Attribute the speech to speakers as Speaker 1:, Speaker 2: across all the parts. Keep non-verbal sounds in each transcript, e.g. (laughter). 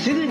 Speaker 1: 役立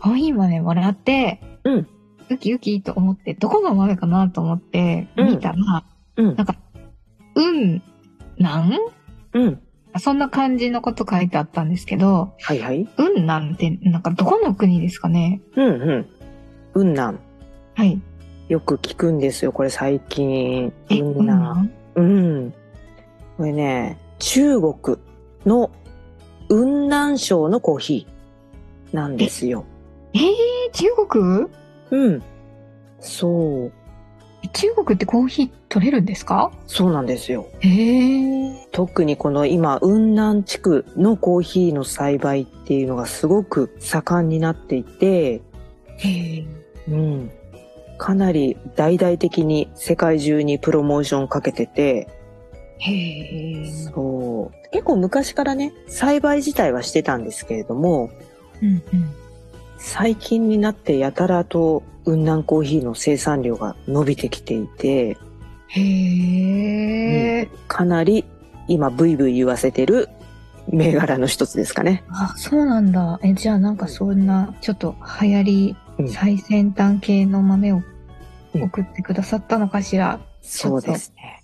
Speaker 2: コーヒー豆もらって、
Speaker 1: うん
Speaker 2: ウキウキと思って、どこが豆かなと思って見たら、
Speaker 1: うん
Speaker 2: なんか、うん、なん
Speaker 1: うん
Speaker 2: そんな感じのこと書いてあったんですけど、
Speaker 1: はいはい
Speaker 2: 雲南って、なんかどこの雲ですかね
Speaker 3: うんうん。雲南。
Speaker 2: はい。
Speaker 3: よく聞くんですよ、これ最近。
Speaker 2: え、
Speaker 3: 雲
Speaker 2: 雲
Speaker 3: 南。
Speaker 2: 南
Speaker 3: うん。これね、中国の雲南省のコーヒーなんですよ。
Speaker 2: えー、中国
Speaker 3: うん。そう。
Speaker 2: 中国ってコーヒー取れるんですか
Speaker 3: そうなんですよ。
Speaker 2: えー、
Speaker 3: 特にこの今、雲南地区のコーヒーの栽培っていうのがすごく盛んになっていて、
Speaker 2: え
Speaker 3: うん。かなり大々的に世界中にプロモーションかけてて、
Speaker 2: ー、えー、
Speaker 3: そう。結構昔からね、栽培自体はしてたんですけれども、
Speaker 2: うんうん。
Speaker 3: 最近になってやたらと雲南コーヒーの生産量が伸びてきていて、
Speaker 2: へー、
Speaker 3: かなり今ブイブイ言わせてる銘柄の一つですかね。
Speaker 2: あ、そうなんだ。え、じゃあなんかそんな、ちょっと流行り
Speaker 3: う、ん
Speaker 2: 最先端系の豆を
Speaker 3: うん
Speaker 2: 送ってくださったのかしら
Speaker 3: そうですね。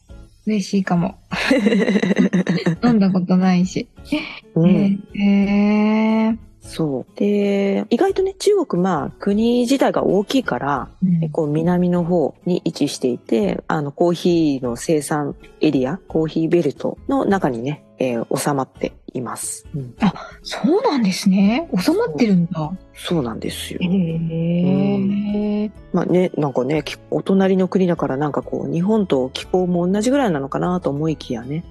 Speaker 2: 嬉しいかも。 (laughs) 飲んだことないし。
Speaker 3: う
Speaker 2: え
Speaker 3: ん、
Speaker 2: ー、えー、
Speaker 3: そう。で、意外とね、中国、まあ、国自体が大きいから、
Speaker 2: うん
Speaker 3: 結構南の方に位置していて、あの、コーヒーの生産エリア、コーヒーベルトの中にね、えー収まっています。うん
Speaker 2: そうなんですね。収まってるんだ。
Speaker 3: そうなんですよ
Speaker 2: へ。え。
Speaker 3: まあね、なんかね、きお隣の国だからなんかこう、日本と気候も同じぐらいなのかなと思いきやね。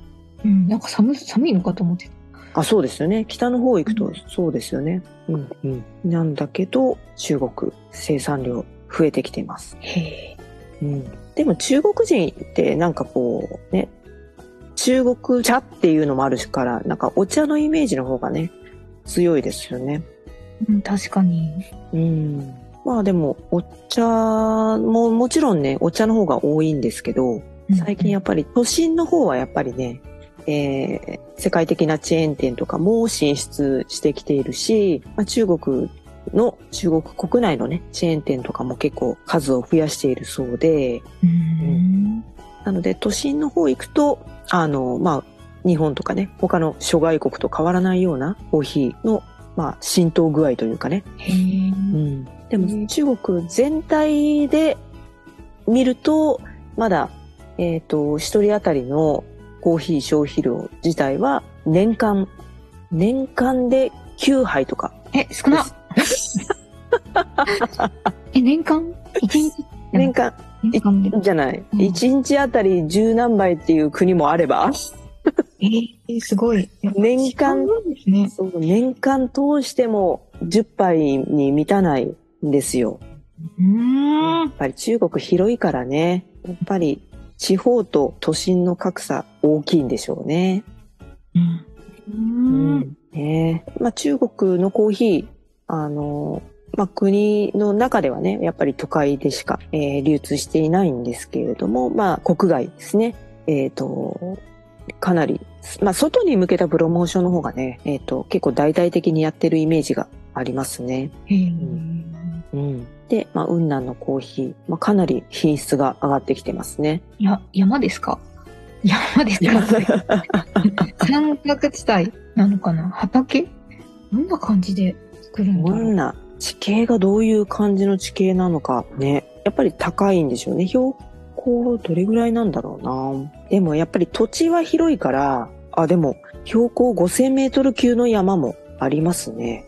Speaker 2: うん、なんか寒寒いのかと思ってた。
Speaker 3: あ、そうですよね。北の方行く
Speaker 2: う
Speaker 3: とそうですよね。うん、うん。なんだけど、中国生産量増えてきています。
Speaker 2: へえ。
Speaker 3: うん、でも中国人ってなんかこうね中国茶っていうのもあるからなんかお茶のイメージの方がね強いですよね。
Speaker 2: うん、確かに。
Speaker 3: うん、まあでもお茶ももちろんねお茶の方が多いんですけど最近やっぱり都心の方はやっぱりね、えー世界的なチェーン店とかも進出してきているし、まあ、中国の中国国内のねチェーン店とかも結構数を増やしているそうで。
Speaker 2: うん、うん。
Speaker 3: なので都心の方行くと、あの、まあ、日本とかね、他の諸外国と変わらないようなコーヒーの、まあ、浸透具合というかね。
Speaker 2: へえ。
Speaker 3: うん。で
Speaker 2: う
Speaker 3: も
Speaker 2: ん
Speaker 3: 中国全体で見ると、まだ、えっ、と、一人当たりのコーヒー消費量自体は年間、年間で9杯とか。
Speaker 2: え、少な。え、年間一日うん
Speaker 3: 年間
Speaker 2: 年間で。
Speaker 3: じゃない。
Speaker 2: うん
Speaker 3: 1日あたり十何杯っていう国もあれば、
Speaker 2: えー、すごい。
Speaker 3: 年間
Speaker 2: 半分ですね。
Speaker 3: そう年間通しても10杯に満たないんですよ。
Speaker 2: うー
Speaker 3: や
Speaker 2: ん
Speaker 3: っ。ぱり中国広いからね、やっぱり地方と都心の格差大きいんでしょうね。
Speaker 2: うん。うん。
Speaker 3: ねえまあ、中国のコーヒー、あの、まあ、国の中ではね、やっぱり都会でしか、えー流通していないんですけれども、まあ、国外ですね。えっ、と、かなり、まあ、外に向けたプロモーションの方がね、えっ、と、結構大々的にやってるイメージがありますね。
Speaker 2: へえ。
Speaker 3: うん。で、まあ、雲南のコーヒー、まあ、かなり品質が上がってきてますね。
Speaker 2: や、山ですか山です
Speaker 3: (laughs)
Speaker 2: か山岳地帯なのかな畑どんな感じで作るんだ
Speaker 3: ど
Speaker 2: ろうん
Speaker 3: な地形がどういう感じの地形なのかね。やっぱり高いんでしょうね。標高どれぐらいなんだろうな。でもやっぱり土地は広いから、あ、でも標高5000メートル級の山もありますね。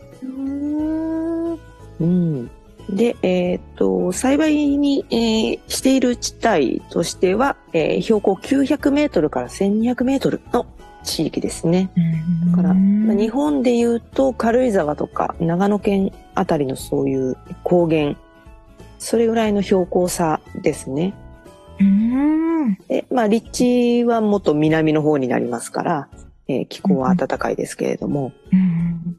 Speaker 3: うん。で、えーっと、栽培に、えーしている地帯としては、えー標高900メートルから1200メートルの地域ですね。
Speaker 2: だ
Speaker 3: からまあ日本で言うと軽井沢とか長野県あたりのそういう高原、それぐらいの標高差ですね。
Speaker 2: うん
Speaker 3: で、まあ、立地はもっと南の方になりますから、えー気候は暖かいですけれども、
Speaker 2: うん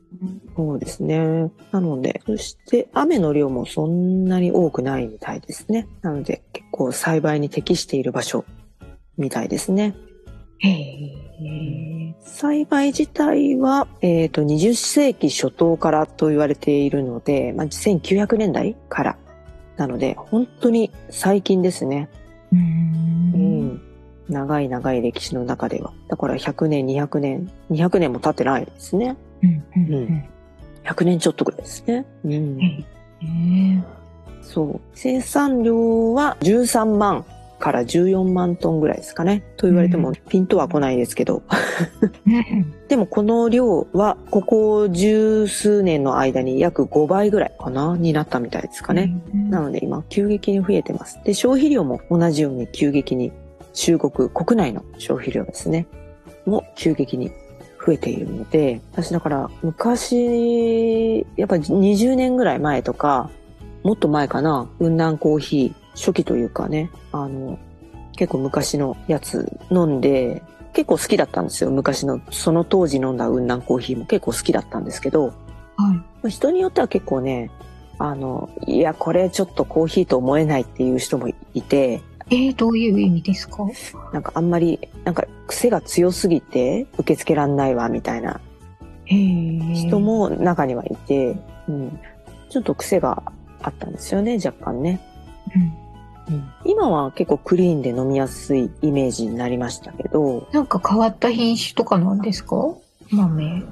Speaker 3: そうですね。なので、そして雨の量もそんなに多くないみたいですね。なので、結構栽培に適している場所みたいですね。
Speaker 2: へえ
Speaker 3: 栽培自体は、えっ、と、20世紀初頭からと言われているので、まあ、1900年代から。なので、本当に最近ですね。
Speaker 2: う
Speaker 3: うんん、長い長い歴史の中では。だから100年、200年、200年も経ってないですね。
Speaker 2: うんうん
Speaker 3: 100年ちょっとぐらいですね。う
Speaker 2: うん
Speaker 3: ん。
Speaker 2: へえ
Speaker 3: そう。生産量は13万から14万トンぐらいですかね。と言われて
Speaker 2: う
Speaker 3: もピンとは来ないですけど。
Speaker 2: うん
Speaker 3: でもこの量は、ここ十数年の間に約5倍ぐらいかな、になったみたいですかね。
Speaker 2: うん
Speaker 3: なので今急激に増えてます。で、消費量も同じように急激に中国国内の消費量ですね。も急激に増えているので、私だから昔、やっぱ20年ぐらい前とか、もっと前かな、雲南コーヒー初期というかね、あの、結構昔のやつ飲んで、結構好きだったんですよ。昔の、その当時飲んだ雲南コーヒーも結構好きだったんですけど、
Speaker 2: はい
Speaker 3: まあ人によっては結構ね、あの、いや、これちょっとコーヒーと思えないっていう人もいて、
Speaker 2: えーどういう意味ですか
Speaker 3: なんかあんまり、なんか癖が強すぎて受け付けらんないわみたいな
Speaker 2: へえ
Speaker 3: 人も中にはいて、うん。ちょっと癖があったんですよね、若干ね。
Speaker 2: うん
Speaker 3: 今は結構クリーンで飲みやすいイメージになりましたけど、
Speaker 2: なんか変わった品種とかなんですか豆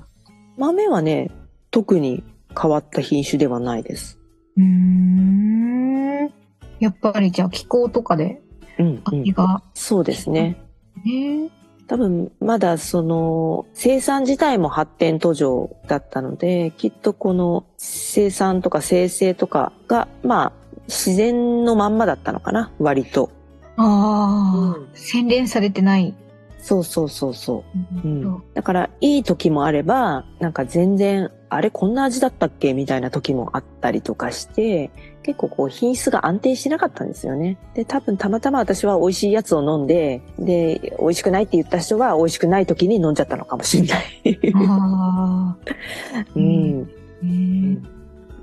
Speaker 3: 豆はね、特に変わった品種ではないです。
Speaker 2: うーんやっぱりじゃあ気候とかで
Speaker 3: うん、うん
Speaker 2: 味。が、
Speaker 3: そうですね。
Speaker 2: ね
Speaker 3: 多分まだその生産自体も発展途上だったのできっとこの生産とか生成とかがまあ自然のまんまだったのかな割と
Speaker 2: ああ、
Speaker 3: うん
Speaker 2: 洗練されてない、
Speaker 3: そうそうそうそうう、うんん、だからいい時もあればなんか全然あれこんな味だったっけみたいな時もあったりとかして結構こう品質が安定してなかったんですよねで多分たまたま私は美味しいやつを飲んでで美味しくないって言った人は美味しくない時に飲んじゃったのかもしれない
Speaker 2: ああ、
Speaker 3: う
Speaker 2: うん
Speaker 3: ん
Speaker 2: えー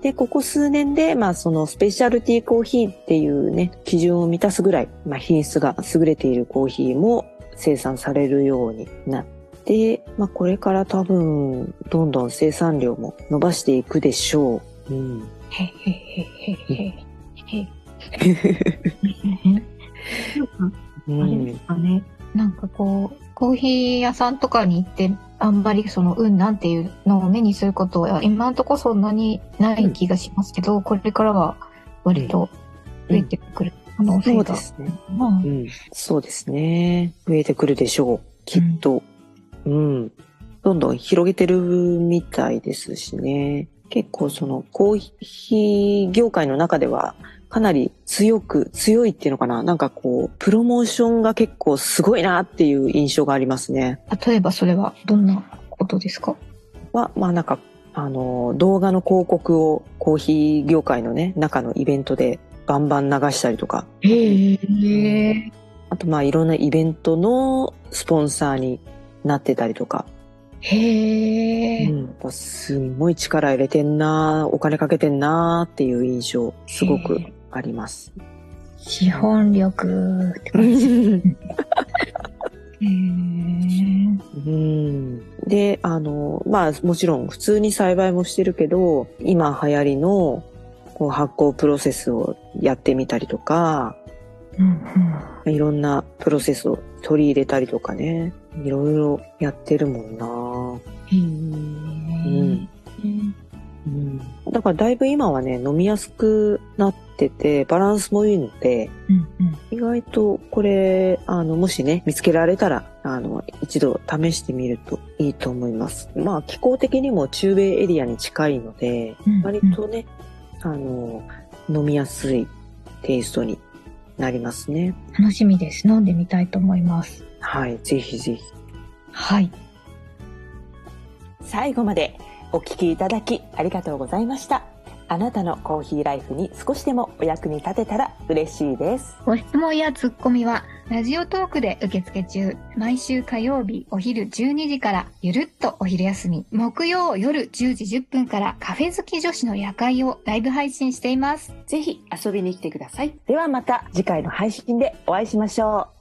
Speaker 3: で、ここ数年で、まあ、そのスペシャルティーコーヒーっていうね、基準を満たすぐらい、まあ、品質が優れているコーヒーも生産されるようになって、まあ、これから多分、どんどん生産量も伸ばしていくでしょう。うん。
Speaker 2: へへへへへへ。なんかあれで
Speaker 3: うん
Speaker 2: す、かね、なんかこう、コーヒー屋さんとかに行って、あんまりその、うんなんていうのを目にすることは、今んとこそんなにない気がしますけど、これからは割と増えてくる可能性
Speaker 3: そう
Speaker 2: が
Speaker 3: で。すね。
Speaker 2: まあ
Speaker 3: うん。そうですね。増えてくるでしょう。きっと。うん。どんどん広げてるみたいですしね。結構そのコーヒー業界の中ではかなり強く、強いっていうのかななんかこう、プロモーションが結構すごいなっていう印象がありますね。
Speaker 2: 例えばそれはどんなことですか
Speaker 3: は、まあなんか、あの、動画の広告をコーヒー業界のね、中のイベントでバンバン流したりとか、
Speaker 2: へえ。
Speaker 3: あとまあいろんなイベントのスポンサーになってたりとか、
Speaker 2: へえ
Speaker 3: う。ん、やっぱすんごい力入れてんなお金かけてんなっていう印象すごくあり (laughs) ます。
Speaker 2: 資本力って
Speaker 3: う
Speaker 2: 感じ。
Speaker 3: ん
Speaker 2: へー
Speaker 3: うんであのまあもちろん普通に栽培もしてるけど今流行りのこう発酵プロセスをやってみたりとか
Speaker 2: うん
Speaker 3: いろんなプロセスを取り入れたりとかねいろいろやってるもんな
Speaker 2: うんへー
Speaker 3: うんだからだいぶ今はね、飲みやすくなってて、バランスもいいので、
Speaker 2: うんうん。
Speaker 3: 意外とこれ、あの、もしね、見つけられたら、あの、一度試してみるといいと思います。まあ、気候的にも中米エリアに近いので、
Speaker 2: うんうん
Speaker 3: 割とね、あの、飲みやすいテイストになりますね。
Speaker 2: 楽しみです。飲んでみたいと思います。
Speaker 3: はい、ぜひぜひ。
Speaker 2: はい。
Speaker 1: 最後までお聞きいただきありがとうございましたあなたのコーヒーライフに少しでもお役に立てたら嬉しいです
Speaker 2: ご質問やツッコミは、ラジオトークで受付中。毎週火曜日お昼12時から、ゆるっとお昼休み。木曜夜10時10分から、カフェ好き女子の夜会をライブ配信しています。
Speaker 1: ぜひ遊びに来てくださいではまた次回の配信でお会いしましょう